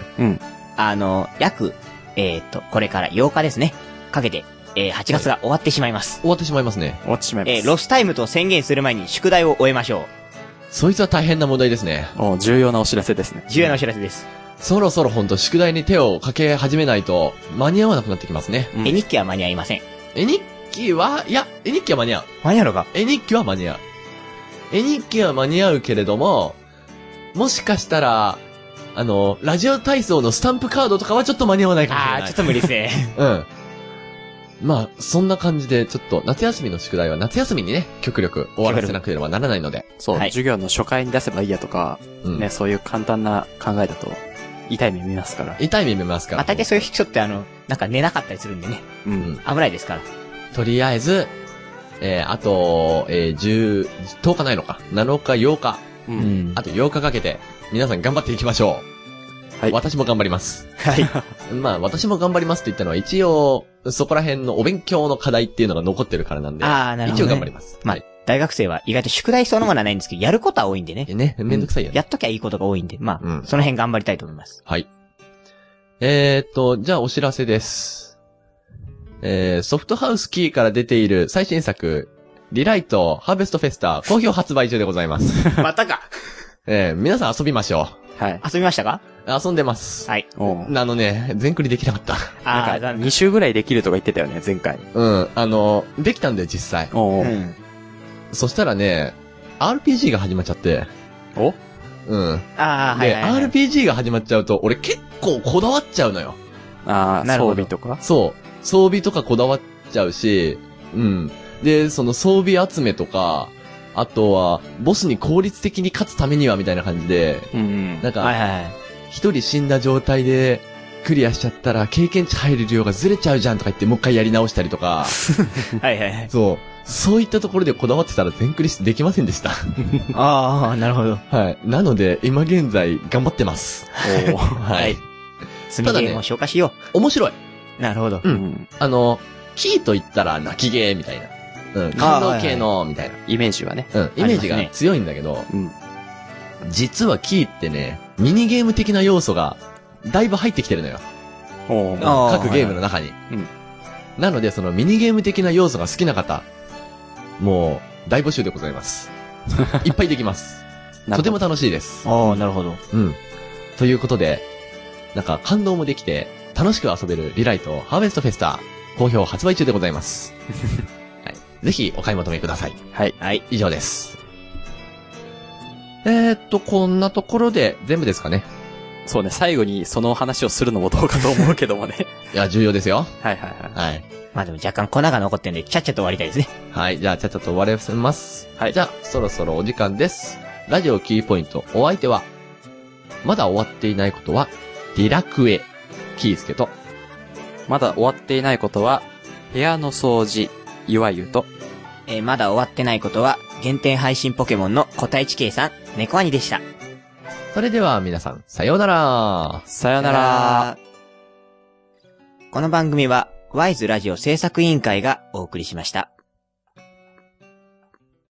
S1: あの、約、えー、っと、これから8日ですね。かけて、えー、8月が終わってしまいます。
S2: 終わってしまいますね。
S3: 終わってしまいます。
S1: えー、ロスタイムと宣言する前に宿題を終えましょ
S2: そいつは大変な問題ですね。
S3: お重要なお知らせですね。
S1: う。重要なお知らせです。
S2: そろそろほんと宿題に手をかけ始めないと間に合わなくなってきますね。
S3: うん
S1: 絵日記は間に合いません。
S2: 絵日記は、いや、絵日記は間に合う。
S1: 間に合うのか
S2: 絵日記は間に合う。絵日記は間に合うけれども、もしかしたら、あの、ラジオ体操のスタンプカードとかはちょっと間に合わないかもしれ
S1: あー、
S2: ない。
S1: ちょっと無理です ね。
S2: うん。まあ、そんな感じで、ちょっと、夏休みの宿題は夏休みにね、極力終わらせなければならないので。
S3: そう、
S1: はい
S3: 授業の初回に出せばいいやとか、
S2: うん。
S3: ね、そういう簡単な考えだと、痛い目見ますから。
S2: 痛い目見ますか
S1: まあ、
S2: ら。
S1: 大体そういう人ってあの、なんか寝なかったりするんでね。
S3: う
S2: うん
S3: ん。
S1: 危ないですから。
S2: とりあえず、えー、あと、えー、10、10日ないのか。7日、8日。
S3: う。
S1: うんん
S2: あと8日かけて、皆さん頑張っていきましょう。
S3: はい
S2: 私も頑張ります。
S1: はい。
S2: まあ、私も頑張りますって言ったのは一応、そこら辺のお勉強の課題っていうのが残ってるからなん で。
S1: あー、なるほど、
S2: 一応
S1: ね。
S2: 頑張ります。
S1: まあ
S2: はい。
S1: 大学生は意外と宿題そのものはないんですけど、やることは多いんでね。
S2: ね、めんどくさいよね。
S1: やっときゃいいことが多いんで、まあ、
S2: うん
S1: その辺頑張りたいと思います。
S2: はい。えーっと、じゃあお知らせです。えー、ソフトハウスキーから出ている最新作、リライト、ハーベストフェスタ、好評発売中でございます。
S1: またか
S2: えー、皆さん遊びましょ
S3: はい。
S1: 遊びましたか
S2: う。遊んでます。
S1: はい。
S3: おう
S2: あのね、全クリできなかった。
S1: ああ、
S3: な
S1: 残
S3: んか、
S1: 念
S3: 2。週ぐらいできるとか言ってたよね、前回。
S2: うん、あの、できたんだよ、実際。
S3: おう
S1: うん。
S2: そしたらね、RPG が始まっちゃって。
S3: お
S2: うん。
S1: ああ、はい
S2: で、
S1: はいはい。
S2: RPG が始まっちゃうと、俺結構こだわっちゃうのよ。
S3: ああ、
S1: なる
S3: 装
S1: ほど
S3: 備とか
S2: そう。装備とかこだわっちゃうし、うん。で、その装備集めとか、あとは、ボスに効率的に勝つためにはみたいな感じで、
S3: う
S2: な
S3: ん
S2: ん
S1: はい
S2: か、
S1: はいはい。
S2: 一人死んだ状態で、クリアしちゃったら経験値入る量がずれちゃうじゃんとか言ってもう一回やり直したりとか、
S1: はいはいはい。
S2: そう。そういったところでこだわってたら全クリしできませんでした。
S1: ああ、なるほど。
S2: はい。なので、今現在頑張ってます。
S3: うん。お う
S2: はい。
S1: 積みゲームを消化しよ
S2: 面白い。
S1: なるほど。
S2: う
S1: うん
S3: うん。
S2: あの、キーと言ったら泣き芸みたいな。うん、感動系の、みたいな。
S3: イメージはね。
S2: うん、イメ
S1: あ
S2: ージ
S1: ります
S2: が
S1: ね
S2: 強いんだけど、
S3: うん。
S2: 実はキーってね、ミニゲーム的な要素が、だいぶ入ってきてるのよ。
S3: おー
S1: あー
S2: 各ゲームの中に。
S3: いうん
S2: なので、そのミニゲーム的な要素が好きな方、もう、大募集でござい ます。いっぱいできます。
S3: な
S2: と
S3: るほど
S2: ても楽しいです。
S1: ああ、なるほど。
S2: うん。ということで、なんか感動もできて、楽しく遊べるリライトハーベストフェスタ、好評発売中でござい ます。はい、ぜひお買い求めください。
S3: はい。
S2: はい、以上です。えーっと、こんなところで全部ですかね。
S3: そうね、最後にその話をするのもどうかと思うけどもね。
S2: いや、重要ですよ。
S3: はいはいはい。
S2: はい。
S1: まあでも若干粉が残ってんで、ちゃっちゃと終わりたいですね。
S2: はい、じゃあ、ちゃっちゃと終わらせます。
S3: はい
S2: じゃあ、そろそろお時間です。ラジオキーポイント、お相手は、まだ終わっていないことは、リラクエ、キースケと、
S3: まだ終わっていないことは、部屋の掃除、いわゆると、
S1: えーまだ終わってないことは、限定配信ポケモンの答え地形さん、猫兄でした。
S2: それでは皆さん、さようなら。
S3: さよなら。
S1: この番組は、ワイズラジオ制作委員会がお送りしました。